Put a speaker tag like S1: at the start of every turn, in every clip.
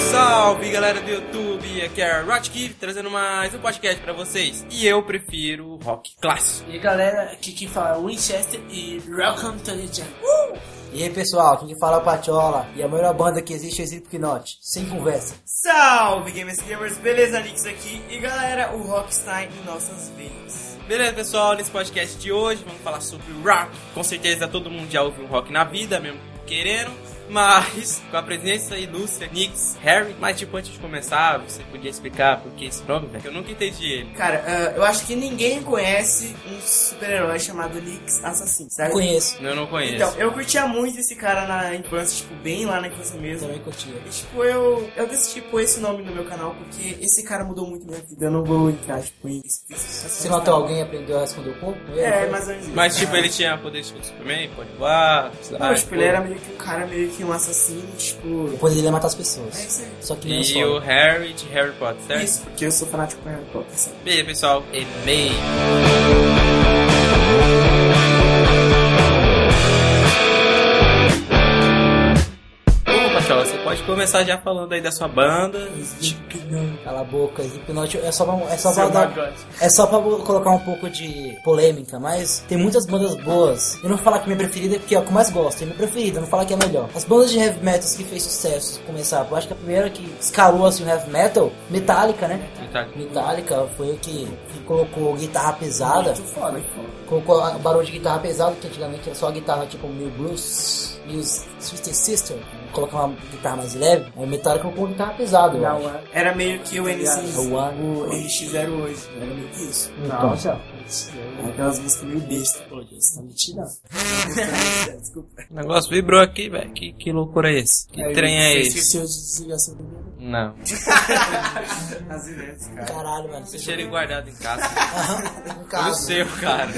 S1: Salve galera do YouTube, aqui é Rotkid trazendo mais um podcast pra vocês. E eu prefiro rock clássico.
S2: E aí, galera, aqui que fala é Winchester e Welcome to the Jungle.
S3: E aí pessoal, aqui que fala é o Patiola e a melhor banda que existe é Slipknot, sem conversa.
S4: Salve Gamers e Gamers, beleza? Nix aqui e galera, o rock está em nossas veias.
S1: Beleza pessoal, nesse podcast de hoje vamos falar sobre rock. Com certeza todo mundo já ouviu um rock na vida, mesmo querendo. Mas com a presença ilustre, Nix, Harry. Mas tipo, antes de começar, você podia explicar por que esse nome, velho? Que Eu nunca entendi ele.
S4: Cara, ah, eu acho que ninguém conhece um super-herói chamado Nix Assassin, certo?
S3: Conheço,
S1: Eu não conheço.
S4: Então, eu curtia muito esse cara na infância, tipo, bem lá na infância mesmo.
S3: também curtia.
S4: E, tipo, eu, eu decidi pôr esse nome no meu canal porque esse cara mudou muito minha vida. Eu não vou entrar, tipo, em especificações.
S3: Você matou alguém e aprendeu a esconder o corpo? né?
S4: É, mais ou menos isso.
S1: Mas tipo, ele tinha poder tipo Superman, pode voar. sei lá,
S4: Não, tipo, ele era meio que um cara, meio que um assassino, tipo...
S3: Depois ele ia matar as
S4: É
S3: pessoas.
S4: isso aí.
S3: Só que não
S1: E o
S3: só.
S1: Harry de Harry Potter, certo?
S4: Isso, porque eu sou fanático por Harry Potter, assim. sabe?
S1: Beleza, pessoal. E-mail. Ô, Patiola, Você pode começar já falando aí da sua banda.
S3: Slipknot, cala a boca, Slipknot é só pra, é só pra
S4: Seu
S3: dar,
S4: magote.
S3: É só pra colocar um pouco de polêmica, mas tem muitas bandas boas. Eu não vou falar que minha preferida, porque é a que eu mais gosto, é minha preferida, eu não vou falar que é a melhor. As bandas de heavy metal que fez sucesso, começar, eu acho que a primeira que escalou assim o heavy metal, Metallica, né?
S1: Tá.
S3: Metallica foi o que, que colocou guitarra pesada,
S4: Muito foda, pô.
S3: colocou a- barulho de guitarra pesada, que antigamente era só a guitarra tipo meio blues, meio Twisted Sister, colocar uma guitarra mais leve, aí Metallica colocou uma guitarra pesada. eu acho.
S4: Era meio que o NC,
S3: Obrigado.
S4: é. o NX08, era né? meio que isso.
S3: Então,
S4: Era Aquelas músicas meio besta. Pô, você tá me tirando. Desculpa.
S1: O negócio vibrou aqui, velho. Que, que loucura é esse? Que trem é
S4: Você
S1: esse?
S4: esqueceu de desligar seu primeiro?
S1: Não.
S4: As ideias, cara.
S3: caralho, mano.
S1: Deixa ele guardado em casa.
S3: Em
S1: Foi o
S3: casa.
S1: seu, cara.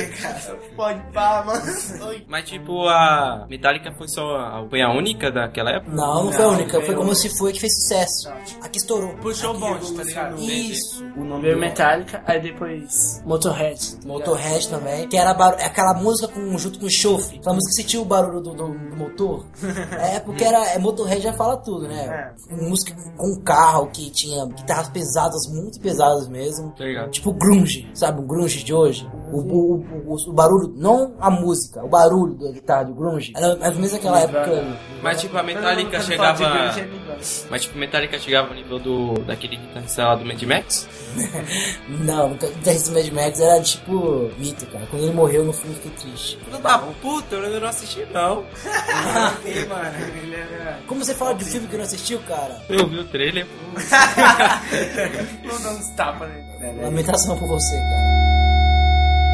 S4: Pode pá, mano. Oi.
S1: Mas tipo, a Metallica foi só a, foi a única daquela época?
S3: Não, não foi a
S4: Não,
S3: única.
S4: foi
S3: Foi como
S4: outra.
S3: se foi a que fez sucesso.
S4: Tá.
S3: A que estourou. um
S2: Puxou o bonde, tá ligado?
S1: Entendi.
S3: Isso.
S4: O nome
S2: Veio
S4: do-
S2: Metallica, aí depois Motorhead. tá ligado?
S3: Motorhead também, que era bar- aquela música com, junto com enxofre. Aquela música que sentiu o barulho do, do- do motor. É porque era. É, Motorhead já fala tudo,
S4: É.
S2: É.
S3: né? Música com um carro que tinha guitarras pesadas, muito pesadas mesmo.
S1: Tá ligado.
S3: Tipo grunge, sabe? O grunge de hoje. O, o- o- o- o barulho, não a música, o barulho da guitarra do grunge. Era mais ou menos aquela
S2: tá.
S3: época. ali.
S1: Mas tipo, a
S4: Quando-
S1: Metallica
S4: quando fala de
S1: chegava.
S4: grunge, é Metallica.
S1: Mas tipo, Metallica chegava no nível do. daquele guitarrista lá do Mad Max?
S3: Não, o guitarrista do Mad Max era tipo mito, cara. Quando ele morreu no filme, eu fiquei triste.
S1: Filho da puta, eu não assisti não.
S4: Ah, tem, mano. Ele era...
S3: Como você fala de filme que não assistiu, cara?
S1: Eu vi o trailer.
S4: Não dá uns tapas nele.
S3: Lamentação por você, cara.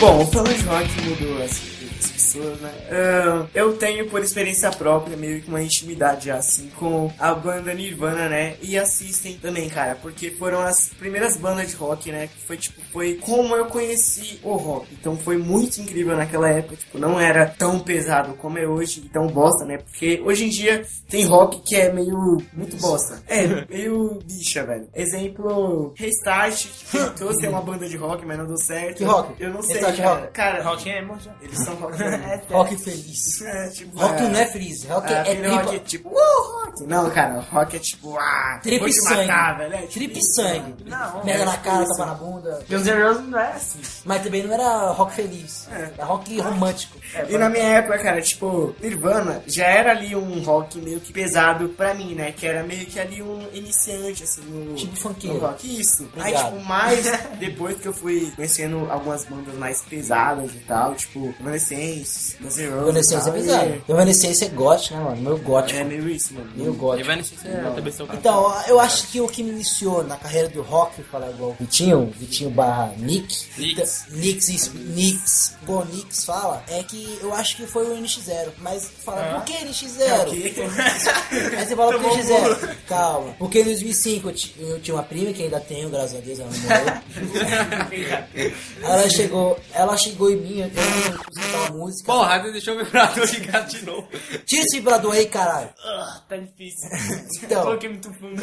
S4: Bom, falando de rock mudou assim, as pessoas, né? Ahn, eu tenho, por experiência própria, meio que uma intimidade já, assim, com a banda Nirvana, né? E assistem também, cara, porque foram as primeiras bandas de rock, né? Que foi, tipo, foi como eu conheci o rock. Então foi muito incrível naquela época, tipo, não era tão pesado como é hoje e tão bosta, né? Porque hoje em dia tem rock que é meio muito bosta. É, meio bicha, velho. Exemplo, Restart, que tentou ser uma banda de rock, mas não deu certo.
S3: Que rock?
S4: Eu não sei,
S3: Restart
S4: cara.
S3: rock.
S4: Cara,
S2: Rock é emocionante.
S4: eles são rock. é,
S3: Rock feliz.
S4: é, tipo,
S3: Rock
S4: é,
S3: não é feliz, rock
S4: é,
S3: é
S4: aquele rock é
S3: tripa.
S4: tipo, uh, rock. Não, cara, rock é tipo, ah,
S3: Tripa
S4: vou
S3: e
S4: te
S3: sangue.
S4: matar, velho. É, tipo,
S3: Tripa e
S4: isso, é tipo
S3: sangue.
S2: Não,
S3: Merda na cara,
S4: isso.
S3: tapa na bunda.
S2: Guns N' Roses não é assim.
S3: Mas também não era rock feliz. Era rock romântico.
S4: E na minha época, cara, tipo, Nirvana já era ali um rock meio que pesado pra mim, né? Que era meio que ali um iniciante, assim, no.
S3: Tipo funkeiro.
S4: no rock. Isso. Aí,
S3: Obrigado.
S4: tipo, mais depois que eu fui conhecendo algumas bandas mais pesadas e tal, tipo, Evanescence, Guns N' Roses.
S3: Evanescência é
S4: e tal,
S3: pesado. Evanescência é gótico, né, mano? Meu
S4: e-
S3: gótico.
S4: É meio isso, mano.
S3: Meu gótico.
S1: Evanescence é. também são
S3: Então, eu acho que o que me iniciou na carreira do rock, falar igual o Vitinho, Vitinho barra Nick,
S1: Nix.
S3: então, Nix, isso, Nix, bom, Nix fala, é que eu acho que foi o NX0, mas fala, por que
S4: É o
S3: NX0?
S4: quê? Tá
S3: Aí você fala, por
S4: Tomou
S3: que NX0? Calma, porque em 2005 eu, ti- eu tinha uma prima, que ainda tenho, graças a Deus, ela não morreu. ela chegou, ela chegou em mim, eu não escutar a música,
S1: Porra, você deixou o vibrador ligar de novo.
S3: tira esse vibrador aí, caralho.
S2: Tá de difícil.
S3: Então.
S2: Coloquei muito fundo.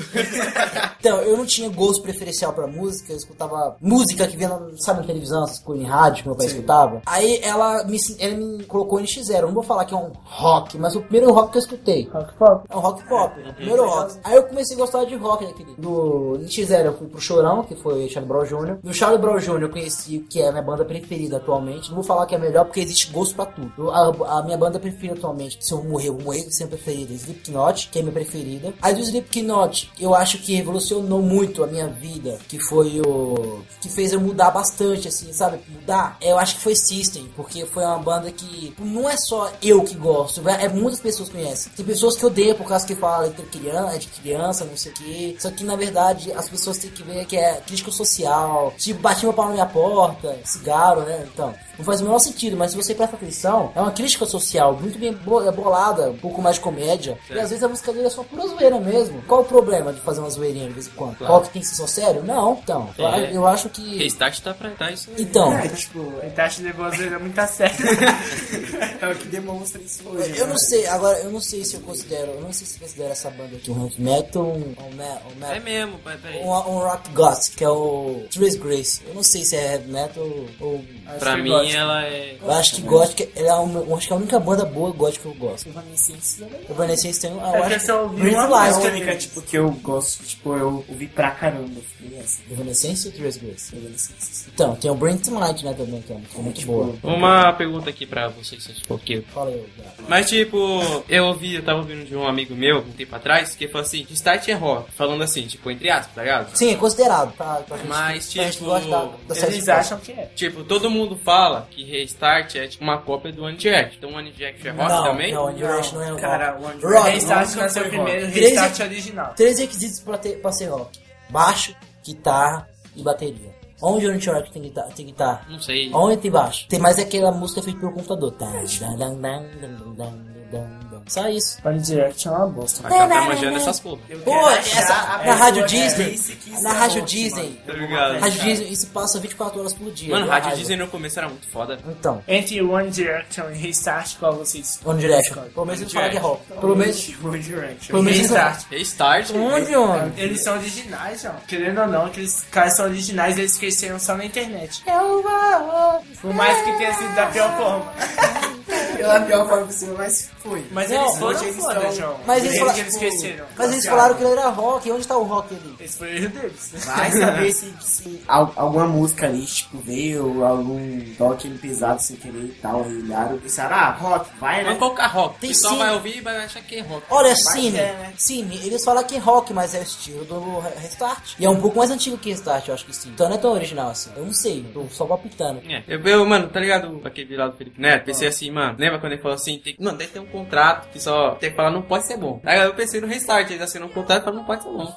S3: Então, eu não tinha gosto preferencial pra música, eu escutava música que vinha, na- sabe, na televisão, essas coisas em rádio que meu pai escutava. Aí ela me, ensin- ela me colocou em X0. Não vou falar que é um rock, mas o primeiro rock que eu escutei.
S5: Rock pop.
S3: É um rock pop, é o primeiro rock. Aí eu comecei a gostar de rock daquele. Do em X0 eu fui pro Chorão, que foi Charlie Brown Jr. Do Charlie Brown Jr. eu conheci o que é a minha banda preferida atualmente. Não vou falar que é a melhor porque existe gosto pra tudo. Eu- A, a minha banda preferida atualmente, se eu morrer, eu vou morrer sem preferida. Slipknot, que é minha preferida. Aí do Slipknot, eu acho que revolucionou muito a minha vida, que foi o que fez eu mudar bastante assim, sabe? Mudar. Eu acho que foi System, porque foi uma banda que não é só eu que gosto, vai- é muitas pessoas que conhecem. Tem pessoas que odeiam por causa que fala que criança, é de criança, não sei o quê. Só que na verdade as pessoas têm que ver que é crítico social, tipo, bati meu pau na minha porta, cigarro, né? Então, não faz o menor sentido, mas se você presta atenção, é uma crítica social muito bem bo- bolada, um pouco mais de comédia. E às vezes a música dele é só pura zoeira mesmo. Qual o problema de fazer uma zoeirinha de vez em quando?
S1: Claro.
S3: Rock tem que ser só sério? Não, então. eu-
S1: É.
S3: Eu acho que.
S1: Restart tá pra tá isso aí.
S3: Então.
S4: É, tipo,
S2: tá A Tashi levou as vezes muito a sério.
S4: é o que demonstra isso hoje.
S3: Eu
S4: né?
S3: não sei, agora eu não sei se eu considero, eu não sei se eu considero essa banda aqui um heavy metal, um, um, me- um
S1: É
S3: metal,
S1: mesmo, pai, peraí.
S3: um, um rock goth, que é o Trace Grace. Eu não sei se é heavy metal ou.
S4: Acho
S1: Pra
S4: que
S1: mim
S4: gosta.
S1: ela é.
S3: Eu acho que gótica, ela é uma, eu acho que é a única banda boa gótica que eu gosto.
S4: Evanescence também.
S3: Evanescence tem, um, eu
S2: que
S3: acho.
S2: eu É só ouvi
S3: Bring
S2: uma
S3: to
S4: Mas
S3: Life.
S4: a única, tipo, que eu gosto, tipo, eu ouvi pra caramba. assim, Fiquei essa,
S3: Evanescence ou Trace Grace?
S4: Evanescence.
S3: Então, tem o Bring to Light, né, também, que é muito, muito boa.
S1: Uma pergunta aqui pra vocês, se porque
S3: Fala aí, Gato.
S1: Mas tipo, eu ouvi, eu tava ouvindo de um amigo meu um tempo atrás, que falou assim, Start é rock, falando assim, tipo, entre aspas, tá ligado?
S3: Sim, é considerado, pra, pra gente,
S1: Mas,
S3: pra gente que
S1: tipo,
S3: gosta da, da série
S2: Eles
S3: de rock.
S2: acham que é.
S1: Tipo, todo mundo fala que Restart é tipo uma cópia do Anti-Act. Então o Anti-Act é rock
S3: não,
S1: também?
S3: Não, Anti-Rush não é rock.
S4: Cara, o tá Anti-Rush-
S3: Rock,
S2: Restart
S4: nunca
S2: nasceu
S4: foi
S2: primeiro,
S3: rock.
S2: restart original.
S3: Três requisitos pra, ter, pra ser rock: baixo, guitarra e bateria. Onde o Anti-Rock tem guitarra? Tem guitarra.
S1: Não sei.
S3: Onde tem baixo? Tem mais aquela música feita pelo computador. Tá, dan, dan, dan, dan, dan, dan, dan, dan. Só isso.
S4: Para Direct é uma bosta.
S1: A cara tá manjando essas porra.
S4: Eu
S3: Pô,
S4: quero
S3: essa,
S4: achar a
S3: na Rádio
S4: pessoa
S3: Disney.
S4: que disse que isso
S3: na
S4: é
S3: Rádio
S4: rock,
S3: Disney.
S4: mano.
S1: Tá ligado?
S3: Rádio Disney, isso passa 24 horas por dia.
S1: Mano,
S3: viu,
S1: Rádio Disney no começo era muito foda.
S3: Então,
S2: Entre One Direction e Restart, qual vocês?
S3: One Direction. Pelo menos eles falam que é rock. Pelo menos.
S4: One Direction.
S3: Pelo menos.
S2: Restart.
S1: Restart.
S3: Onde, onde?
S2: Eles são originais, ó. Querendo ou não, aqueles caras são originais, eles cresceram só na internet. Por mais que tenha sido da pior forma.
S4: Pela pior forma possível, mas foi.
S2: Mas
S3: Não,
S2: eles foram,
S4: não,
S2: eles
S4: foda,
S2: são-
S4: João.
S3: Mas
S2: do
S3: eles,
S2: jeito
S3: fala-
S2: que eles cresceram. é-
S3: Mas
S1: Tá
S3: eles falaram que ele era rock. Onde tá o rock ali?
S2: Esse foi o erro deles. né?
S4: Vai saber se, se al- alguma música ali, tipo, veio, algum toque pesado sem querer e tal, aí olharam e pensaram, ah, rock, vai,
S1: Mas
S4: né?
S1: qual que é rock? O
S3: Tem
S1: pessoal
S3: sim.
S1: vai ouvir e vai achar que é rock.
S3: Olha,
S4: Mas
S3: Cine.
S4: é, né?
S3: Cine, eles falam que é rock, mas é o estilo do Re- Restart. E é um pouco mais antigo que Restart, eu acho que sim. Então não é tão original assim. Eu não sei, tô só palpitando.
S1: É. Eu, eu, mano, tá ligado aquele lá do Felipe Neto? Pensei
S3: Ah.
S1: assim, mano, lembra quando ele falou assim, tem, mano, deve ter um contrato que só tem que falar não pode ser bom. Aí eu pensei no restart, ele assinou um contrato e falou não pode ser bom.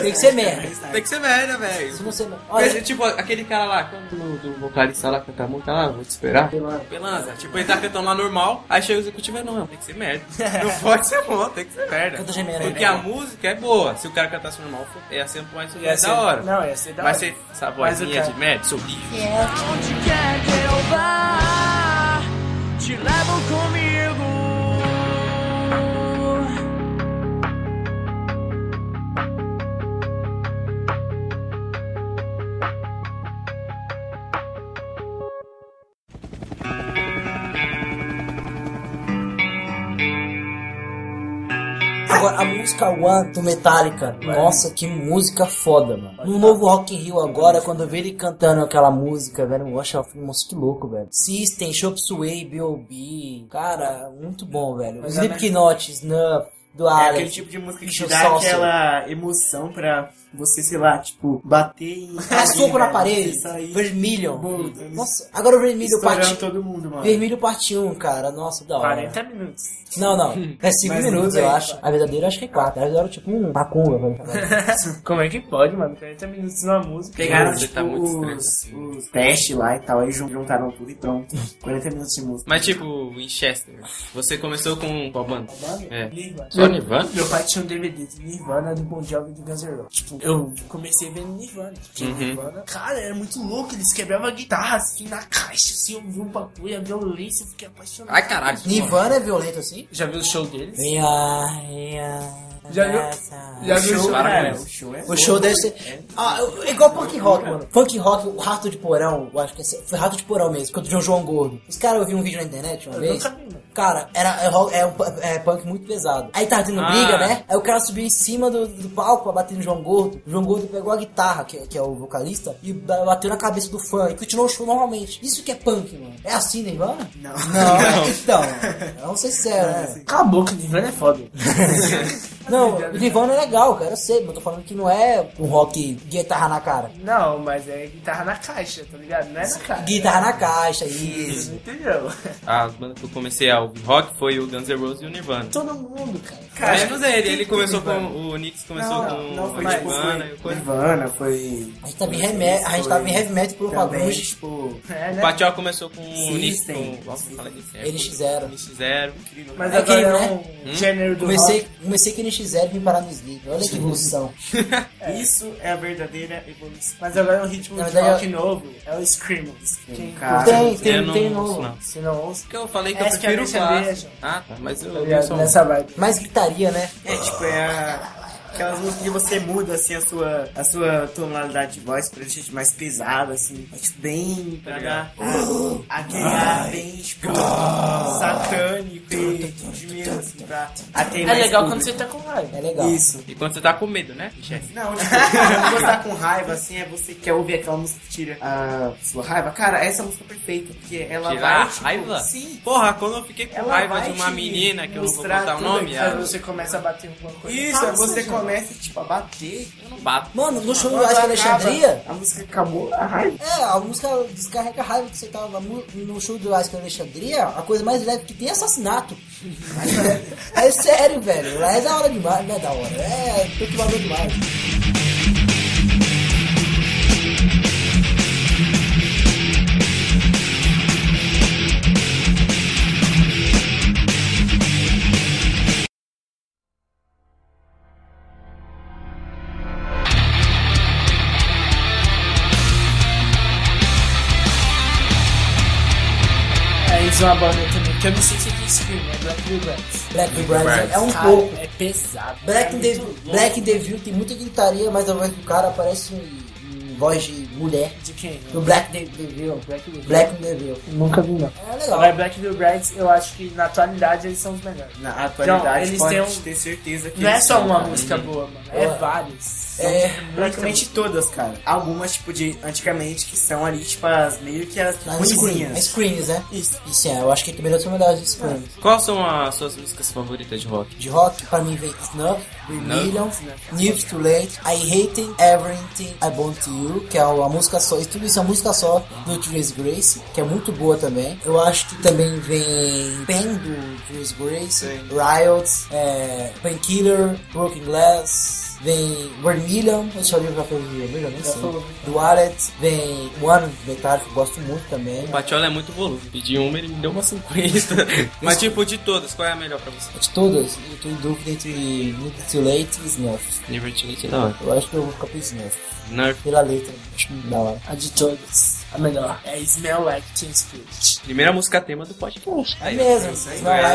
S3: Tem que ser merda.
S1: Tem que ser merda, velho.
S3: Se não ser merda.
S1: Mas,
S3: É. Olha,
S1: tipo, aquele cara lá, quando do, do vocalista lá cantar música lá, vou te esperar. Pelanza. Tipo, ele tá cantando lá normal, aí chega o executivo e não, tem que ser merda. Não pode ser bom, tem que ser merda.
S3: Canta gemendo,
S1: Porque
S3: né?
S1: a música é boa. Se o cara cantasse normal, ia ser mais ia ser É da hora.
S2: É Não, ia ser da hora.
S1: Vai ser essa
S2: Mas o
S1: vozinha
S2: cara-
S1: de merda, é sorriso.
S6: Onde quer que eu vá, te levo comigo.
S3: agora a música One do Metallica. Nossa, que música foda, mano. No novo Rock in Rio agora, quando eu vi ele cantando aquela música, velho, eu achava nossa, que louco, velho. System, Chop Suey, B.O.B. Cara, muito bom, velho.
S4: Mas é
S3: Slipknot, Snuff, do
S4: É
S3: Alex.
S4: aquele tipo de música que te
S3: Bicho
S4: dá
S3: salsa.
S4: aquela emoção pra você, sei lá, tipo, bater em...
S3: Dá soco na
S4: Você
S3: parede.
S4: sair
S3: Vermilion.
S4: Puta,
S3: Nossa, agora o vermelho
S4: Estourando
S3: parte.
S4: todo mundo, mano.
S3: Vermelho parte 1, cara. Nossa, da hora.
S2: 40 minutos.
S3: Não, não. É 5
S4: Mas
S3: minutos,
S4: tudo
S3: eu
S4: bem,
S3: acho. A verdadeira eu acho que é 4. A verdadeira tipo um macumba, velho.
S2: Como é que pode, mano? 40 minutos numa música.
S4: Pegaram,
S1: Você
S4: tipo,
S1: tá muito estranho, assim.
S4: os, os testes lá e tal, aí jun- juntaram tudo e pronto. 40 minutos de música.
S1: Mas tipo, Winchester, você começou com qual banda? É.
S2: Nirvana.
S1: Só
S5: escutou Nirvana?
S2: Meu pai tinha um DVD de Nirvana, do Bon Jovi e do Guns N' Roses. Tipo, eu comecei vendo Nirvana. Porque
S1: Uhum.
S2: Nirvana... Cara, era muito louco. Eles quebravam a guitarra, assim, na caixa, assim. Eu vi o bagulho, a violência. Eu fiquei apaixonado.
S5: Ai, caralho.
S3: Nirvana é violento assim?
S2: Já viu o show deles? Já
S3: Já É
S2: viu- Já viu o show?
S5: Para
S2: cara?
S5: com isso.
S4: O show é
S3: O show deve ser. Ah, é igual punk rock, mano. Punk rock, o rato de porão, eu acho que esse- foi rato de porão mesmo, contra o João João Gordo. Os caras, eu vi um vídeo na internet uma
S2: Eu
S3: vez.
S2: nunca vi, mano.
S3: Cara, era, é, rock- é um pu- é punk muito pesado. Aí tava tendo
S1: Ah.
S3: briga, né? Aí o cara subiu em cima do, do palco pra bater no João Gordo. O João Gordo pegou a guitarra, que, que é o vocalista, e ba- bateu na cabeça do fã e continuou o show normalmente. Isso que é punk, mano. É assim, Nirvana?
S4: Não.
S3: Não, é- então. Vamos ser sérios, né?
S2: Acabou que Nirvana é foda.
S3: Não, o Nirvana é legal, cara, eu sei, mas eu tô falando que não é um rock guitarra na cara.
S2: Não, mas é guitarra na caixa, tá ligado? Não é na caixa.
S3: Guitarra na caixa, isso.
S2: Entendeu?
S1: As bandas que eu comecei a ouvir rock foi o Guns N' Roses e o Nirvana.
S2: Todo mundo, cara.
S4: Cara,
S1: Menos ele, ele
S4: tem-
S1: começou com.
S4: tem
S1: O Nix começou com
S4: Não, foi
S1: o
S4: tipo,
S1: Nirvana e o
S4: foi
S1: coisa.
S4: Nirvana, foi...
S3: A gente tava em remédio, a gente tava em heavy metal pro
S4: Também,
S3: Fagundes,
S4: tipo...
S2: É,
S1: O
S2: né?
S1: Patiol começou com o Nix.
S4: System.
S1: com- Nossa, fala de certo.
S3: eles fizeram.
S1: NX0.
S2: Mas
S3: É
S2: agora
S3: que,
S2: é um
S3: né?
S2: gênero do
S3: Comecei, comecei que eles fizeram e vim parar no Sleep. Olha que evolução.
S4: Isso é a verdadeira evolução.
S2: Mas agora é um ritmo
S3: Na
S2: de
S3: verdade,
S2: rock novo, é o Screamo. Quem
S4: cara.
S2: curte,
S3: Tem,
S1: eu
S3: tem,
S1: não
S3: tem
S1: ouço, não.
S3: novo.
S2: se não ouça,
S1: Porque eu falei que
S2: Essa
S1: eu
S2: que é a
S1: prefiro o
S2: minha
S1: clássico.
S2: cerveja.
S1: Ah, tá, mas eu
S2: tá
S1: ouvi
S2: ligado?
S1: só um.
S2: Nessa vibe.
S3: Mais gritaria, né?
S4: É tipo, é a... Aquelas músicas que você muda, assim, a sua, a sua tonalidade de voz pra deixar de mais pesada, assim. É, tipo,
S1: Tá
S4: bem... Pra dar... Aquele ar bem, tipo... Satânico e de medo, assim, pra... atrair
S2: É
S4: mais
S2: legal quando
S4: público.
S2: você tá com raiva.
S3: É legal.
S4: Isso.
S1: E quando você tá com medo, né, chefe?
S4: Não, tipo, quando você tá com raiva, assim, é você que quer ouvir aquela música que tira a sua raiva. Cara, essa é a música perfeita, porque ela
S1: Tirar
S4: vai.
S1: a
S4: tipo,
S1: raiva?
S4: Sim.
S1: Porra, quando eu fiquei com
S4: Ela
S1: raiva
S4: vai
S1: de uma
S4: te
S1: menina, que eu não vou
S4: mostrar
S1: contar o
S4: tudo
S1: nome, é.
S2: Aí
S1: ela-
S2: você começa a bater em alguma coisa.
S4: Isso,
S2: Fala,
S4: aí você
S2: Sérgio.
S4: começa, tipo, a bater.
S1: eu não bato.
S3: Mano, no show do
S4: Quando
S3: Ice
S4: acaba,
S3: Alexandria,
S4: A música acabou, a raiva.
S3: é, a música descarrega a raiva que você tava mu- no show do Ice Alexandria, a coisa mais leve que tem é assassinato. é sério, velho. Lá é da hora demais, não é da hora. É perturbador demais.
S2: Aí isso é uma banda também, que eu não sei se é de Screamo, é Black Blue Rats.
S3: Black Brand é um
S2: Cara,
S3: pouco.
S2: é pesado.
S3: Black,
S2: é
S3: in
S2: muito
S3: the,
S2: louco.
S3: Black in the View tem muita gritaria, mas a voz do cara parece um, um voz de mulher.
S2: De quem?
S3: O Black in the View,
S2: Black Blue Rats.
S3: Black in the View.
S2: Nunca vi, não.
S3: É legal.
S2: Agora, Black Blue Rats, eu acho que na atualidade eles são os melhores.
S4: Na atualidade,
S2: eles
S4: pode
S2: têm um-
S4: ter certeza que.
S2: Não é
S4: eles
S2: só
S4: são,
S2: uma
S4: cara.
S2: música boa, mano. É
S3: É.
S2: várias.
S3: É,
S4: Praticamente todas, cara. Algumas, tipo, de antigamente, que são ali, tipo, as meio que as
S3: as screens, as
S4: ruinzinhas.
S3: screens, né?
S4: Isso.
S3: Isso é, eu acho que também deve ser uma das screens.
S1: Quais são as suas músicas favoritas de rock?
S3: De rock, pra mim vem Snuff, Vermilion, Nips Too Late, I Hating Everything I Want to You, que é uma música só, e tudo isso é uma música só do Trace Grace, que é muito boa também. Eu acho que também vem Pen do Trace Grace, Riot, é, Painkiller, Broken Glass. Vem Vermilion, eu só li pra fazer Vermilion, nem sei.
S2: falou.
S3: Do Wallet, vem One Metal, que eu gosto muito também.
S1: O Patiola é muito volume. Pedi uma, ele me deu uma 50. Mas, tipo, de todas, qual é a melhor pra você?
S3: De todas, eu tô em dúvida entre Nips Too Late e Snuff.
S1: Divertidamente é da hora.
S3: Eu acho que eu vou ficar por Snuff.
S1: Nerf.
S3: pela letra. Acho da hora.
S2: A de todas, a melhor. É Smell Like Teen Spirit.
S1: Primeira música tema do podcast.
S3: É
S1: é,
S3: mesmo. Ela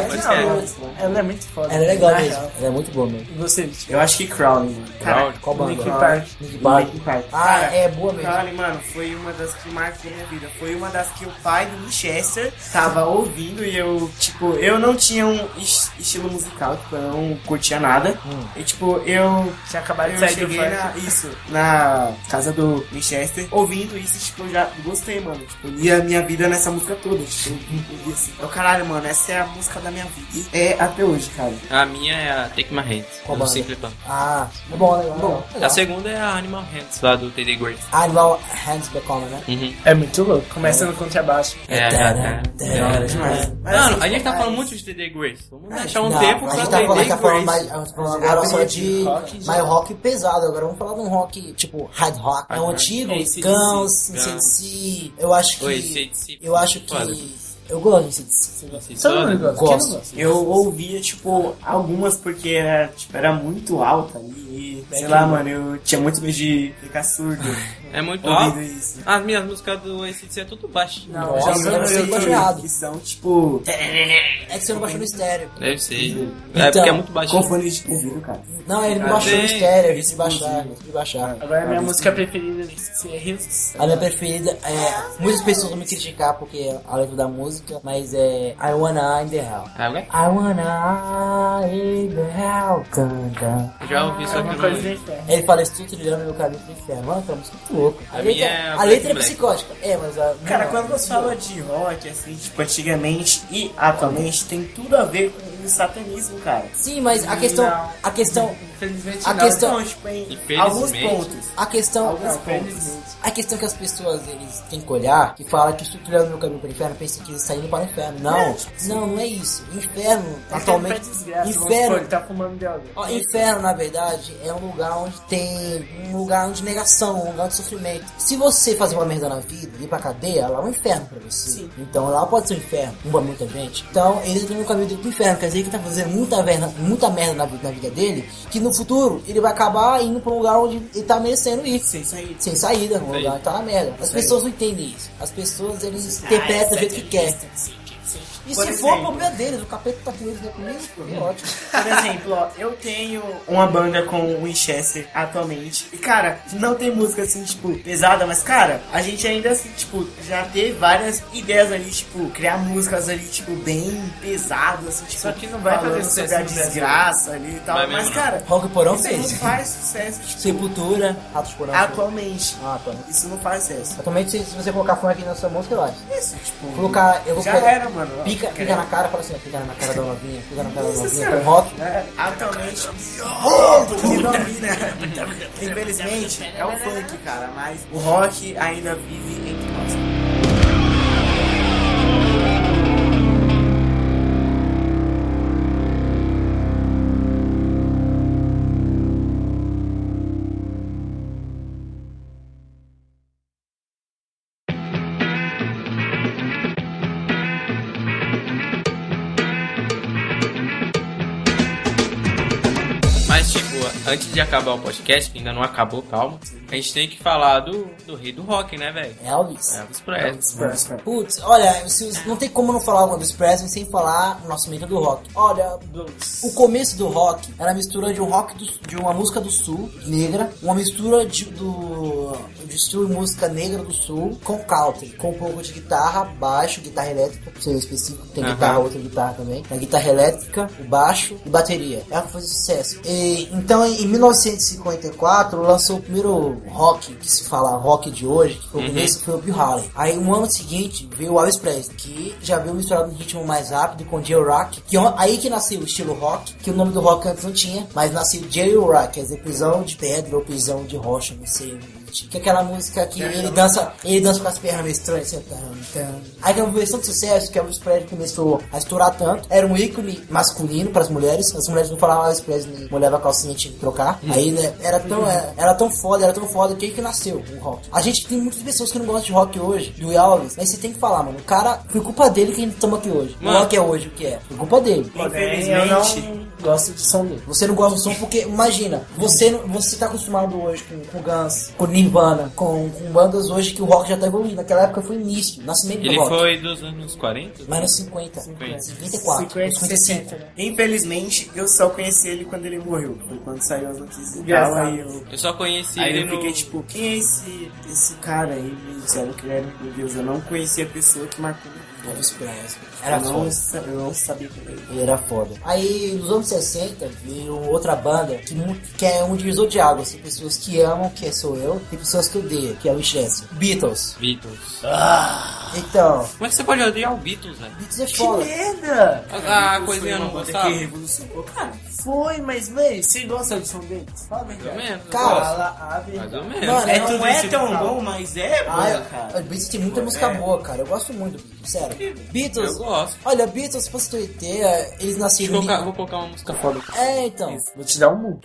S1: mas
S2: Ela é muito foda.
S3: é legal
S2: Na
S3: mesmo.
S2: real.
S3: Ela é muito boa mesmo.
S2: E você, Vitinho?
S4: Eu acho que Crowley, mano.
S1: Crowley.
S3: Qual banda?
S2: Linkin Park.
S3: Linkin Park.
S4: Linkin Park.
S3: Ah, é boa mesmo.
S4: Caralho, mano, foi uma das que marcou minha vida. Foi uma das que o pai do Winchester tava ouvindo e eu, tipo, eu não tinha um es- estilo musical, tipo, eu não curtia nada. E, tipo, eu,
S2: Tinha acabado de
S4: eu
S2: sair do
S4: cheguei
S2: funk.
S4: na, isso, na casa do Winchester, ouvindo isso e, tipo, eu já gostei, mano. Tipo, eu li a minha vida nessa música toda. Tipo, eu ouvi assim. Eu, caralho, mano, essa é a música da minha vida. E é até hoje, cara.
S1: A minha é a Take My Hands,
S3: Qual
S1: do
S3: banda?
S1: Simple Plan.
S3: Ah, é bom, legal.
S4: Bom,
S3: legal.
S1: A segunda é a Animal Hands, lá do TD Great.
S3: Animal Hands Become, né?
S1: Uhum.
S2: É muito louco. Começando com contrabaixo.
S1: É, é, é. é.
S3: Tadam,
S4: Demais.
S3: tadam.
S4: Mas,
S1: Mano,
S4: assim,
S1: a gente tá
S4: cara,
S1: falando muito de TD Grace. Vamos
S3: Ah, Não,
S1: deixar um tempo
S3: a
S1: pra
S3: gente tá falando, a gente tá
S1: TD
S3: falando,
S1: Grace.
S3: mais, a gente tá falando agora só de
S2: Rock,
S3: mais rock pesado. Agora vamos falar de um rock tipo hard rock. É um antigo,
S2: AC/DC.
S3: Guns, CDC. Eu acho que.
S1: Oi, AC/DC.
S3: Eu acho que.
S1: Foda.
S3: Eu gosto de Seeds.
S2: Você gosta?
S1: Sim,
S2: Todo
S1: só-
S2: mundo gosta.
S3: Gosto.
S2: Quem não gosta?
S4: Eu ouvia, tipo, algumas porque era, tipo, era muito alta ali. E, sei lá, mano, eu tinha muito medo de ficar surdo
S1: É muito
S4: ouvindo
S1: alto.
S4: isso.
S1: As minhas músicas do ACDC é tudo baixo.
S2: Não,
S3: Nossa,
S2: já
S4: Tem
S3: deve
S4: vários
S3: ser
S4: youtubers
S3: baixado.
S4: que são, tipo,
S3: É que você não baixou no estéreo.
S1: Deve ser. é
S3: Então,
S1: porque é muito baixo.
S4: com fone de ouvido, cara.
S3: Não, ele não baixou no
S1: Tem.
S3: estéreo, eu disse de baixar, eu disse de baixar.
S2: Agora a minha música preferida é Rios.
S3: A minha preferida é. Muitas pessoas vão me criticar porque é a letra da música, mas é. I wanna in the hell.
S1: Ah, ué?
S3: I wanna in the hell. Dun, dun.
S1: Eu já ouvi isso
S2: É
S1: aqui.
S2: uma
S1: no-
S2: coisa do inferno.
S3: Ele fala, estou trilhando meu caminho pro inferno. Mano, aquela música é muito louca. A,
S1: A
S3: letra,
S1: minha é
S3: a
S1: Black
S3: letra é
S1: Black.
S3: psicótica. É, mas a.
S4: Cara,
S3: não,
S4: quando você fala de rock, assim, tipo, antigamente e atualmente, tem tudo a ver com o satanismo, cara.
S3: Sim, mas a questão.
S2: Não.
S3: A questão.
S2: Infelizmente é
S3: A
S2: não.
S3: questão-
S4: Então, tipo, em
S1: Infelizmente.
S4: alguns pontos.
S3: A questão.
S4: Alguns pontos.
S2: Infelizmente.
S3: A questão que as pessoas eles têm que olhar, que fala que estou trilhando meu caminho para o inferno, pensa que eles estão indo para o inferno. Não, não, não é isso. Inferno,
S4: É
S2: Atualmente,
S3: atualmente.
S2: é desgraça,
S3: inferno.
S2: Ele tá fumando de alguém.
S3: Ó, inferno, na verdade, é um lugar onde tem um lugar de negação, um lugar de sofrimento. Se você fazer uma merda na vida e ir pra cadeia, lá é um inferno pra você. Então lá pode ser um inferno, um pra muita gente. Então ele tem um caminho dele pro inferno, quer dizer que tá fazendo muita merda, muita merda na, vida- na vida dele, que no futuro ele vai acabar indo pra um lugar onde ele tá merecendo ir.
S4: Sem sair.
S3: Sem saída, um
S1: Sei.
S3: lugar que tá na merda. As pessoas não entendem isso. As pessoas eles
S4: Ah,
S3: interpretam do jeito que querem. E
S4: é Por
S3: se for o
S4: exemplo.
S3: problema deles, o capeta tá com eles, não é comigo, pô, é ótimo.
S4: Por exemplo, ó, eu tenho uma banda com o Winchester atualmente. E, cara, não tem música assim, tipo, pesada, mas, cara, a gente ainda assim, tipo, já teve várias ideias ali, tipo, criar músicas ali, tipo, bem pesadas, assim, tipo,
S2: Só que não vai
S4: falando
S2: fazer sucesso
S4: sobre a
S2: no Brasil.
S4: desgraça ali e tal.
S1: Vai
S4: mas,
S1: mesmo, não.
S4: cara,
S3: Rock Porão
S4: isso não
S3: fez.
S4: faz sucesso, tipo,
S3: Sepultura, Ratos Porão.
S4: atualmente.
S3: Ah, atualmente.
S4: Isso não faz sucesso.
S3: Atualmente, se, se você colocar funk na sua música, eu acho.
S4: Isso, tipo,
S3: Colocar, eu vou
S4: já
S3: pegar-
S4: era, mano. ó,
S3: Pica, pica na cara, fala assim, ó, pica na cara da novinha, pica na cara da
S4: Nossa
S3: novinha,
S4: Senhora.
S3: com rock.
S4: É, Atualmente, o nome, né? Infelizmente, é o funk, cara, mas o rock ainda vive entre nós.
S1: Mas, tipo, antes de acabar o podcast, que ainda não acabou, calma. A gente tem que falar do, do rei do rock, né, velho?
S3: É Elvis.
S1: Elvis
S3: É,
S1: Presley.
S3: Putz, olha, se- não tem como não falar o Elvis Presley sem falar o nosso meio do rock. Olha, o começo do rock era a mistura de um rock do- de uma música do sul negra, uma mistura de, do de estilo e música negra do sul com country, com um pouco de guitarra, baixo, guitarra elétrica, pra ser específico, tem
S1: Aham.
S3: guitarra, outra guitarra também, é a guitarra elétrica, o baixo e bateria. É Ela foi sucesso. E, então, em 1954 lançou o primeiro rock que se fala rock de hoje, que foi o começo foi o Bill Haley. Aí um ano seguinte veio o Elvis Presley, que já veio misturado um ritmo mais rápido com Jail Rock, que on- aí que nasceu o estilo rock, que o nome do rock antes não tinha, mas nasceu Jail Rock, quer dizer, prisão de pedra ou prisão de rocha, não sei. Que é aquela música que ele dança, ele dança com as pernas meio estranhas, assim, tan, tan. Aí que é uma versão de sucesso que a Elvis Presley começou a estourar tanto. Era um ícone masculino para as mulheres. As mulheres não falavam Elvis Presley, né? molhava a calcinha tinha que trocar. Aí, né, era tão, era, era tão foda, era tão foda que aí que nasceu o rock. A gente tem muitas pessoas que não gostam de rock hoje, do Elvis, mas você tem que falar, mano. O cara, foi culpa dele que a gente toma aqui hoje.
S1: Mano.
S3: O rock é hoje o que é? Foi culpa dele.
S2: Porém, né, eu
S4: Infelizmente,
S2: não gosto de som dele.
S3: Você não gosta do som porque, imagina, você não- você tá acostumado hoje com, com Guns, com Nirvana, com, com bandas hoje que o rock já tá evoluindo. Naquela época foi o início, o nascimento
S1: Ele
S3: do rock.
S1: foi dos anos 40?
S3: Mas nos 50,
S1: 50.
S3: 54,
S2: 50,
S3: 55.
S2: 60, né?
S4: infelizmente, eu só conheci ele quando ele morreu. Foi quando saiu as notícias e tal,
S2: Engraçado.
S4: aí eu...
S1: Eu só conheci
S4: Aí
S1: ele
S4: eu
S1: no...
S4: fiquei tipo, quem é esse, esse cara aí? Me disseram que ele era, meu Deus, eu não conhecia a pessoa que marcou minha vida.
S3: Elvis Presley. Era
S1: Tá
S4: eu,
S3: foda.
S4: não, sa- eu não sabia quem era ele.
S3: Ele era foda. Aí, nos anos 60, veio outra banda que, mu- que é um divisor de águas. Tem pessoas que amam, que sou eu, e pessoas que odeiam, que é o Chance. Beatles.
S1: Beatles.
S3: Então,
S1: Como é que você pode odiar o Beatles, velho?
S3: Beatles é foda.
S2: merda!
S1: A, a
S4: Foi
S1: coisinha Ah, eu
S4: uma
S1: não
S4: banda
S1: gostava?
S4: que revolucionou. Cara,
S2: Foi, mas, véi, você gosta do som deles? Fala a
S1: Mais ou
S2: verdade.
S1: menos. Tá eu
S3: Cara,
S1: gosto.
S2: Fala a verdade.
S1: Mais ou menos.
S3: Mano,
S4: é,
S3: não
S4: não
S2: é
S4: é tão
S2: musical.
S4: bom, mas é bom,
S3: Ah,
S4: cara.
S3: o Beatles tem muita música boa, cara. Eu gosto muito do Beatles, sério. Beatles.
S1: Eu gosto.
S3: Olha, Beatles, se fosse Twitter, eles
S1: Vou
S3: nasceram. em-
S1: colocar, vou colocar uma música foda.
S3: É, então.
S2: Vou te dar um murro.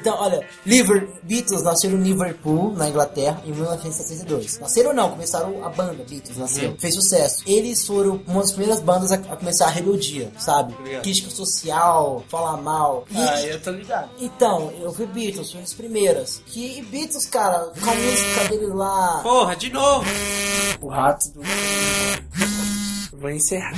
S3: Então, olha, Liver, Beatles nasceram em Liver- Liverpool, na Inglaterra, em 1962. Nasceram não, começaram a banda, Beatles, nasceu. Fez sucesso. Eles foram uma das primeiras bandas a, a começar a rebeldia, sabe?
S1: Obrigado.
S3: Crítica social, falar mal. E-
S4: é.
S2: Ah, eu tô ligado.
S3: Então, eu vi Beatles, fui as primeiras. Que e Beatles, cara, com a música dele lá.
S1: Porra, de novo!
S4: O rato do. Vou encerrar.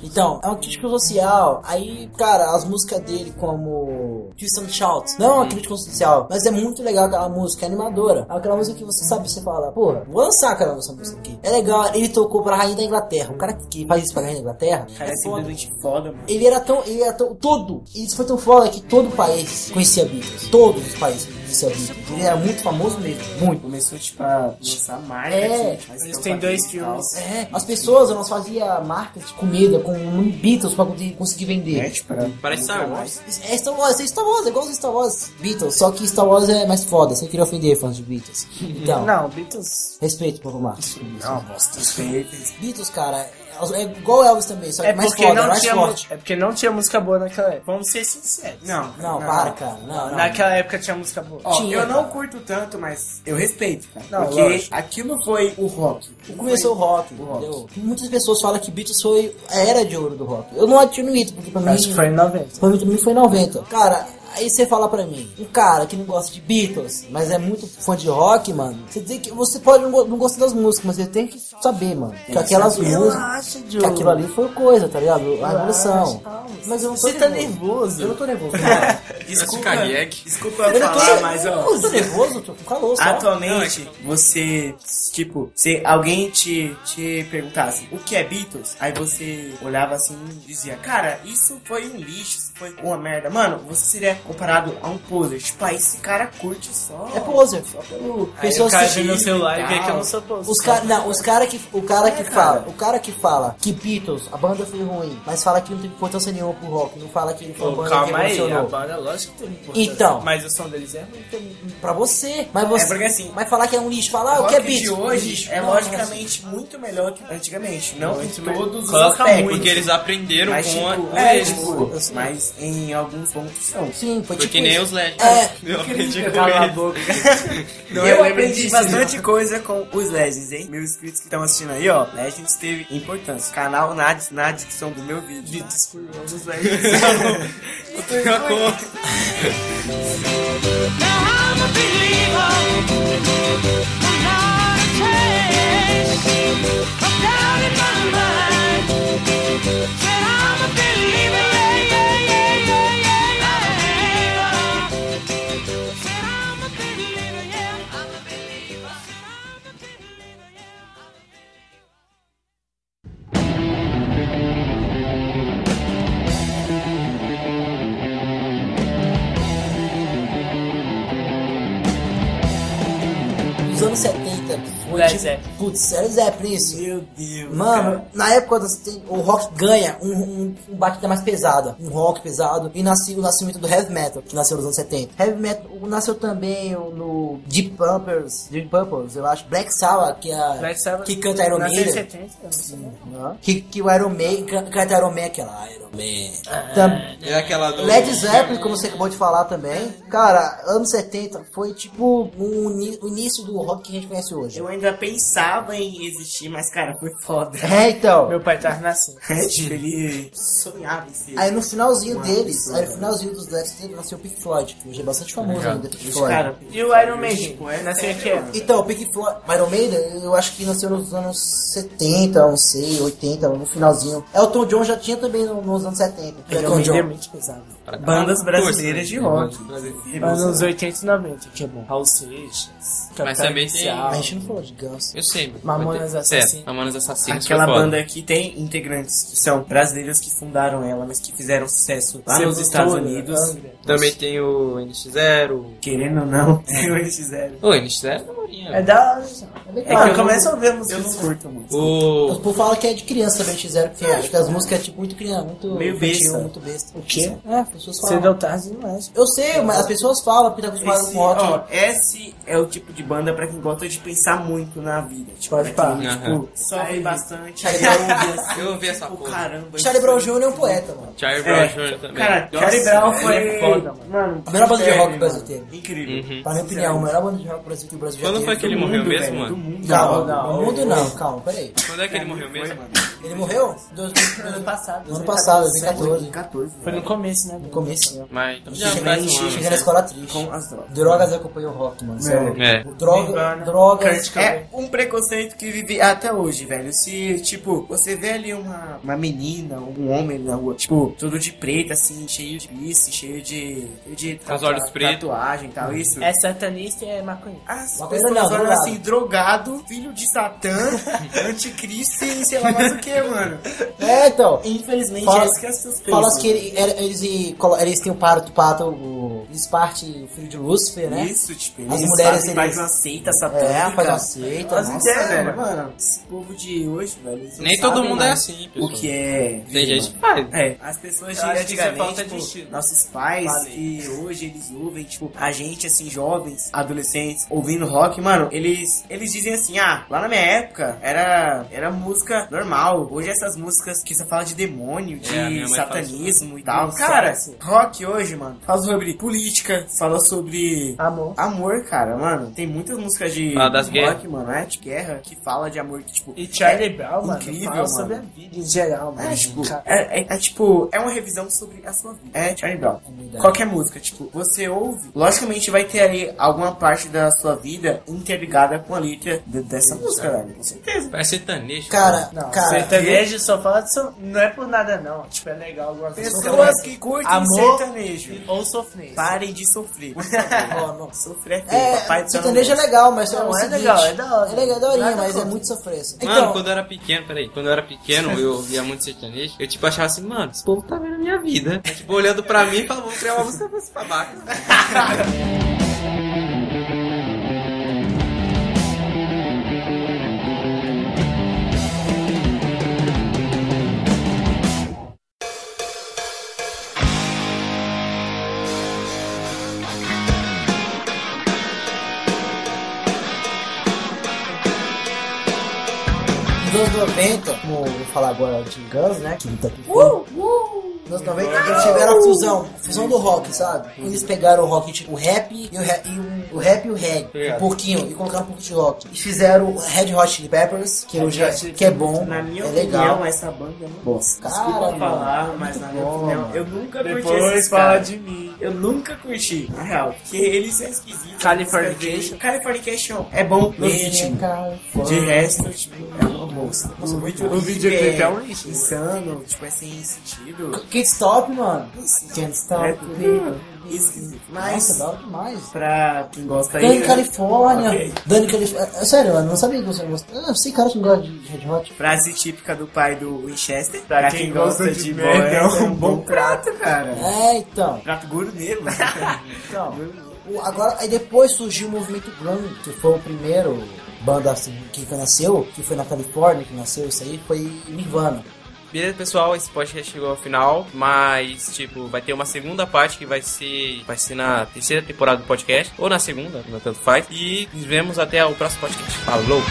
S3: Então, é uma crítica social. Aí, cara, as músicas dele como Twist and Shout. Não é uma crítica social, mas é muito legal aquela música, é animadora. É Aquela música que você sabe, você fala, porra, vou lançar aquela essa música aqui. É legal, ele tocou pra Rainha da Inglaterra. Um cara que faz isso pra Rainha da Inglaterra.
S4: Cara, é simplesmente foda, mano.
S3: Ele era tão. Ele era tão. Todo. Isso foi tão foda que todo o país conhecia Beatles. Todos os países conheciam Beatles. Ele era muito famoso mesmo. Muito.
S4: Começou, tipo, a lançar marca.
S3: É,
S4: assim, mas
S2: Eles
S4: então,
S2: têm dois
S4: tal.
S2: filmes.
S3: É, as pessoas elas faziam marcas de comida com o nome Beatles pra poder conseguir
S4: É,
S3: vender.
S4: tipo, era-
S1: Parece
S4: nunca
S1: Star
S4: mais.
S1: Wars.
S3: É Star Wars, é Star Wars, é igual os Star Wars Beatles, só que Star Wars é mais foda, sem querer ofender fãs de Beatles. Então,
S2: Não, Beatles.
S3: respeito pro Marcos.
S4: Não, é bosta. Feitas.
S3: Beatles, cara, é, é igual Elvis também, só que
S2: É
S3: mais
S2: porque,
S3: foda,
S2: não
S3: mais
S2: tinha,
S3: forte.
S2: mu- é porque não tinha música boa naquela época. Vamos ser sinceros.
S4: Não,
S3: Não, para, cara, não, não.
S2: Naquela época tinha música boa.
S4: Ó,
S3: Tinha, tá.
S4: eu não
S3: cara.
S4: curto tanto, mas eu respeito, cara.
S2: Não,
S4: porque
S2: lógico.
S4: aquilo foi o rock.
S3: Começou o rock,
S4: O rock.
S3: entendeu? Muitas pessoas falam que Beatles foi a era de ouro do rock. Eu não atino isso, porque pra mim...
S2: Acho que foi em 90.
S3: Pra mim também foi 90. Cara, aí você fala pra mim, um cara que não gosta de Beatles, mas é muito fã de rock, mano, você diz que você pode não, go- não gostar das músicas, mas você tem que saber, mano, que aquelas músicas.
S4: Relaxa,
S3: Que aquilo ali foi coisa, tá ligado? A revolução. Mas eu não tô
S2: Você tá nervoso?
S3: Eu não tô nervoso, cara.
S4: Desculpa,
S1: Kardec.
S4: desculpa
S3: Eu
S4: eu
S3: não tô,
S4: falar, mas
S3: eu
S4: ó. Ah,
S3: não tô nervoso, tô com calor só.
S1: Não, é
S4: Atualmente,
S1: tipo-
S4: você, tipo, se alguém te, te perguntasse o que é Beatles, aí você olhava assim e dizia, cara, isso foi um lixo, isso foi uma merda. Mano, você seria comparado a um poser. Tipo, ah, esse cara curte só.
S3: É poser.
S4: Só pelo.
S3: Aí
S2: o
S3: Pessoas
S2: cara
S3: se-
S2: vê meu celular e vê
S4: tal.
S2: que eu não sou posto.
S3: Os cara, não, os cara que o cara que
S4: cara.
S3: fala, o cara que fala que Beatles, a banda foi ruim, mas fala que não tem importância nenhuma pro rock, não fala que ele foi
S2: Pô,
S3: uma banda
S2: calma
S3: que
S2: aí, a
S3: emocionou.
S2: banda, lógico que tem importância.
S3: Então.
S2: Mas o som deles é ruim também.
S3: Pra você, mas você
S4: É porque assim,
S3: Mas falar que é um lixo, falar ah,
S4: O
S3: o
S4: rock
S3: que é beat.
S4: de hoje
S3: Lixo.
S4: é
S3: Não,
S4: logicamente muito melhor que antigamente. Não em todos os
S2: Coloca
S4: aspectos.
S2: muito,
S1: Porque eles aprenderam
S4: mas,
S1: com a-
S4: tipo,
S1: com
S2: né?
S4: é,
S1: eles.
S4: tipo, mas em alguns pontos são.
S3: Sim,
S1: Foi
S3: foi tipo
S1: que nem
S3: isso.
S1: os LED.
S3: É,
S1: eu aprendi com
S4: Cala a
S1: eles.
S4: boca.
S2: Não, eu
S4: eu
S2: lembro
S4: aprendi
S2: disso,
S4: bastante coisa com os Legends, hein? Meus inscritos que estão assistindo aí, ó. Legends teve importância. Canal na, na descrição do meu vídeo.
S2: Beatles por anos, velho.
S1: Sacou?
S6: Now I'm a believer. I'm not a trace of doubt in my mind. Said I'm a believer. Yeah, yeah, yeah, yeah, yeah, yeah. Said I'm a believer. Yeah, I'm a believer. Said I'm a believer. Yeah, I'm a believer.
S3: Os anos 70. Foi
S2: Led
S3: tipo,
S2: Zeppelin.
S3: Putz, era Zeppelin isso.
S4: Meu Deus.
S3: Mano,
S4: cara.
S3: na época das- tem- o rock ganha um, um, um batida mais pesada, um rock pesado, e nasceu o nascimento do heavy metal, que nasceu nos anos 70. Heavy metal nasceu também o- no Deep Pumpers, Deep Purples, eu acho, Black Sabbath, que, é,
S2: Black Sabbath
S3: que canta Iron
S2: Nasceu em
S3: Maiden.
S2: 70, eu não sei.
S3: Que, que o Iron Man can- canta Iron Man, aquela Iron Man.
S2: Ah.
S3: Tam-
S1: É aquela do.
S3: Led Zeppelin, como você acabou de falar também, cara, anos 70 foi tipo um ini- o início do rock que a gente conhece hoje.
S4: eu ainda pensava em existir, mas, cara, foi foda.
S3: É, então.
S2: Meu pai tava nascendo.
S4: tipo, ele sonhava em ser.
S3: Aí no finalzinho
S4: Uma
S3: deles,
S4: pessoa,
S3: aí no
S4: né?
S3: finalzinho dos Led Zeppelin nasceu o Pink Floyd, que hoje é bastante famoso ainda, Pink Floyd.
S4: Cara,
S2: E o Iron Maiden?
S4: Tipo, é
S2: Nasceu em que
S4: sério,
S2: ano?
S3: Então, o Pink Floyd, Iron Maiden, eu acho que nasceu nos anos 70, não sei, 80, no finalzinho. Elton John já tinha também no- nos anos 70.
S2: Iron
S3: Elton John.
S2: Maiden é muito pesado.
S4: Bandas brasileiras de rock.
S1: é
S2: Anos 80 e 90, que é bom. Raul Seixas. Capital
S1: também tem-
S3: A
S2: Inicial.
S3: gente não falou de Guns.
S1: Eu sei, mano.
S2: Mamonas
S1: Vai ter- É,
S2: Assassinas.
S1: Mamonas Assassinas.
S4: Aquela
S1: foi foda.
S4: banda que tem integrantes que são brasileiros que fundaram ela, mas que fizeram sucesso lá nos
S2: Sepultura,
S4: Estados
S3: né?
S4: Unidos.
S3: Ah.
S2: Angra.
S1: Também tem o NX0.
S4: Querendo ou não, tem o NX0.
S1: O NX0 é da horinha.
S2: É da hora, gente.
S3: É
S2: É
S3: legal.
S2: que
S4: eu não-
S2: começa a ouvir a música.
S4: Eu não
S2: do-
S4: curto muito.
S1: O...
S3: O povo fala que é de criança também, X0, porque acho que as músicas é tipo muito criança, muito
S4: Meio
S3: infantil,
S4: besta.
S3: muito besta.
S2: O quê?
S3: É, as pessoas
S2: Você
S3: falam.
S2: deu tarde é, demais.
S3: Eu sei, mas as pessoas falam porque tá acostumado
S4: Esse,
S3: com rock.
S4: ó, esse é o tipo de banda pra quem gosta de pensar muito na vida. Tipo,
S3: Pode
S4: pra
S3: pá.
S4: quem,
S1: Aham.
S4: tipo, sofre bastante.
S3: Charlie
S1: Eu ouvi essa
S4: Tipo,
S1: porra.
S4: caramba.
S3: Charlie
S4: isso
S3: Brown
S4: é-
S3: Jr. é um poeta, mano.
S1: Charlie Brown
S4: É,
S1: Jr. também.
S4: Cara,
S1: Nossa,
S4: Charlie Brown
S1: ele
S4: foi.
S1: é foda, mano.
S4: mano,
S3: A melhor banda de
S4: sério,
S3: rock do Brasil
S4: mano.
S3: teve.
S4: Incrível.
S1: Uhum.
S3: Na minha opinião, a melhor banda de rock do Brasil que o Brasil já
S1: Quando
S3: teve.
S1: foi que ele
S4: Do
S1: morreu
S4: mundo,
S1: mesmo,
S4: velho,
S1: mano?
S4: do mundo. Tá,
S3: Calma,
S2: Não, não.
S3: o mundo não, calma, peraí.
S1: Quando é que ele morreu
S4: Foi,
S1: mesmo?
S4: mano.
S3: Ele morreu? Dois-
S2: Ano passado.
S3: No ano passado, 2014.
S4: 2014.
S2: Foi no
S4: velho.
S2: começo, né?
S3: No começo.
S1: Mas então, já
S3: Cheguei
S1: faz um ano.
S3: cheguei na escola triste.
S4: Com as drogas.
S3: Drogas acompanhou o rock, mano. Cê é louco.
S1: É.
S3: Droga,
S2: Nirvana,
S3: drogas.
S2: Kurt
S4: É um preconceito que vive até hoje, velho. Se, tipo, você vê ali uma, uma menina, um homem na rua, tipo, tudo de preto, assim, cheio de piercing, cheio de. cheio de
S1: Com os olhos pretos. Uhum.
S4: tatuagem e tal, isso.
S2: É satanista e é maconha.
S4: As
S3: Uma coisa
S4: pessoas
S3: não,
S4: olham
S3: drogado.
S4: assim, drogado, filho de Satã, anticristo e sei lá mais o que, mano.
S3: É, então.
S4: Infelizmente,
S3: Fala-
S4: é isso que as pessoas
S3: Falas
S4: pensam.
S3: que ele- era- eles, colo- eles têm o pato, o pato, o, eles partem o filho de Lúcifer, né?
S4: Isso, tipo,
S3: As
S4: eles
S3: mulheres,
S4: fazem parte
S3: eles-
S4: de uma seita
S3: É, faz
S4: satânica.
S3: uma seita.
S4: As
S3: nossa.
S4: ideias, velho, mano. Esse povo de hoje, velho. eles não
S1: Nem todo
S4: sabem
S1: mundo é
S4: mais
S1: assim,
S4: O
S1: pessoal.
S4: que é.
S1: Tem
S4: vida,
S1: gente que faz.
S4: É, as pessoas de
S2: Eu acho que isso é
S4: antigamente,
S2: falta de
S4: tipo,
S2: estilo.
S4: nossos pais,
S2: Falei.
S4: que hoje eles ouvem, tipo, a gente, assim, jovens, adolescentes, ouvindo rock, mano, eles, eles dizem assim, ah, lá na minha época era, era música normal, hoje essas músicas que você fala de demônio, de
S1: É, a minha mãe fala
S4: satanismo e tal.
S2: Nossa,
S4: cara,
S2: assim.
S4: rock hoje, mano, fala sobre política, fala sobre...
S2: Amor.
S4: Amor, cara, mano, tem muitas músicas de
S1: Fala das
S4: rock,
S1: guerras.
S4: mano, é de guerra, que fala de amor, que, tipo...
S2: E Charlie Brown, É mano,
S4: incrível,
S2: fala
S4: mano.
S2: sobre a vida em geral, mano.
S4: É, tipo,
S2: Cara,
S4: é, é- é, tipo, é uma revisão sobre a sua vida.
S3: tipo,
S4: É Charlie Brown. Qualquer música, tipo, você ouve, logicamente vai ter ali alguma parte da sua vida interligada com a letra de- dessa música, velho. Com certeza.
S1: Parece sertanejo.
S3: Cara,
S2: Não,
S3: cara.
S2: sertanejo só fala de so... Não é por nada, não. Tipo, é legal algumas
S4: Pessoas que curtem
S2: Amor
S4: sertanejo.
S2: Ou sofrência.
S4: Parem de sofrer. por favor.
S3: ó, não.
S4: Sofrer é feio, papai
S3: É,
S4: do céu não
S3: sertanejo é
S4: gosta.
S3: legal, mas
S2: Não,
S3: é, o
S2: é
S3: seguinte,
S2: legal, é da hora.
S3: É legal, é daorinha,
S2: Nada
S3: mas é
S2: contra.
S3: muito sofrência.
S1: Mano,
S3: Então,
S1: quando eu era pequeno, peraí, quando eu era pequeno, eu ouvia muito sertanejo, eu tipo achava assim, mano, esse povo tá vendo a minha vida. Tipo, olhando pra mim e falava, vou criar uma música pra esse babaca.
S3: nos anos 90, como eu vou falar agora de Guns, né? Que tá aqui.
S2: Uh,
S3: Nos anos 90, eles tiveram a fusão, a fusão do rock, sabe? Eles pegaram o rock, tipo, o rap e o, rap, e o, o rap e o reggae, um
S1: Obrigado.
S3: pouquinho, e colocaram um pouco de rock. E fizeram o Red Hot Chili Peppers, que, hoje é, que é bom,
S4: Na minha
S3: é
S4: opinião,
S3: legal.
S4: essa banda é uma bosta.
S3: Cara,
S4: Desculpa
S3: mano,
S4: falar, mas na minha
S3: bom,
S4: opinião,
S3: mano.
S4: eu nunca curti
S2: Depois
S4: esses
S2: fala
S4: caras.
S2: de mim.
S4: Eu nunca curti, na real, porque eles são esquisitos.
S2: Californication.
S4: Californication é bom no ritmo. De resto, tipo, é uma bosta. O vídeo,
S2: o videoclipe é um lixo.
S4: Insano, tipo, é sem sentido.
S3: Can't Stop, mano.
S4: Assim,
S3: Can't
S4: é
S3: Stop.
S4: tudo esquisito.
S3: Nossa,
S4: Mas,
S3: da hora demais.
S4: pra quem gosta aí,
S3: Dani
S4: né?
S3: Califórnia.
S4: Ok.
S3: Dani Califórnia. É, Sério, eu não sabia que você gostava. Eu sei, cara, que não gosta de Red Hot.
S4: frase típica do pai do Winchester.
S2: Pra quem gosta de merda,
S4: é um bom prato, cara.
S3: É, então.
S4: Prato gourmet, mano.
S3: Então, o- agora, aí depois surgiu o movimento grunge, que foi o primeiro banda assim, que nasceu, que foi na Califórnia que nasceu isso aí, foi Nirvana.
S1: Beleza, pessoal, esse podcast chegou ao final, mas, tipo, vai ter uma segunda parte que vai ser, vai ser na terceira temporada do podcast, ou na segunda, tanto faz, e nos vemos até o próximo podcast. Falou!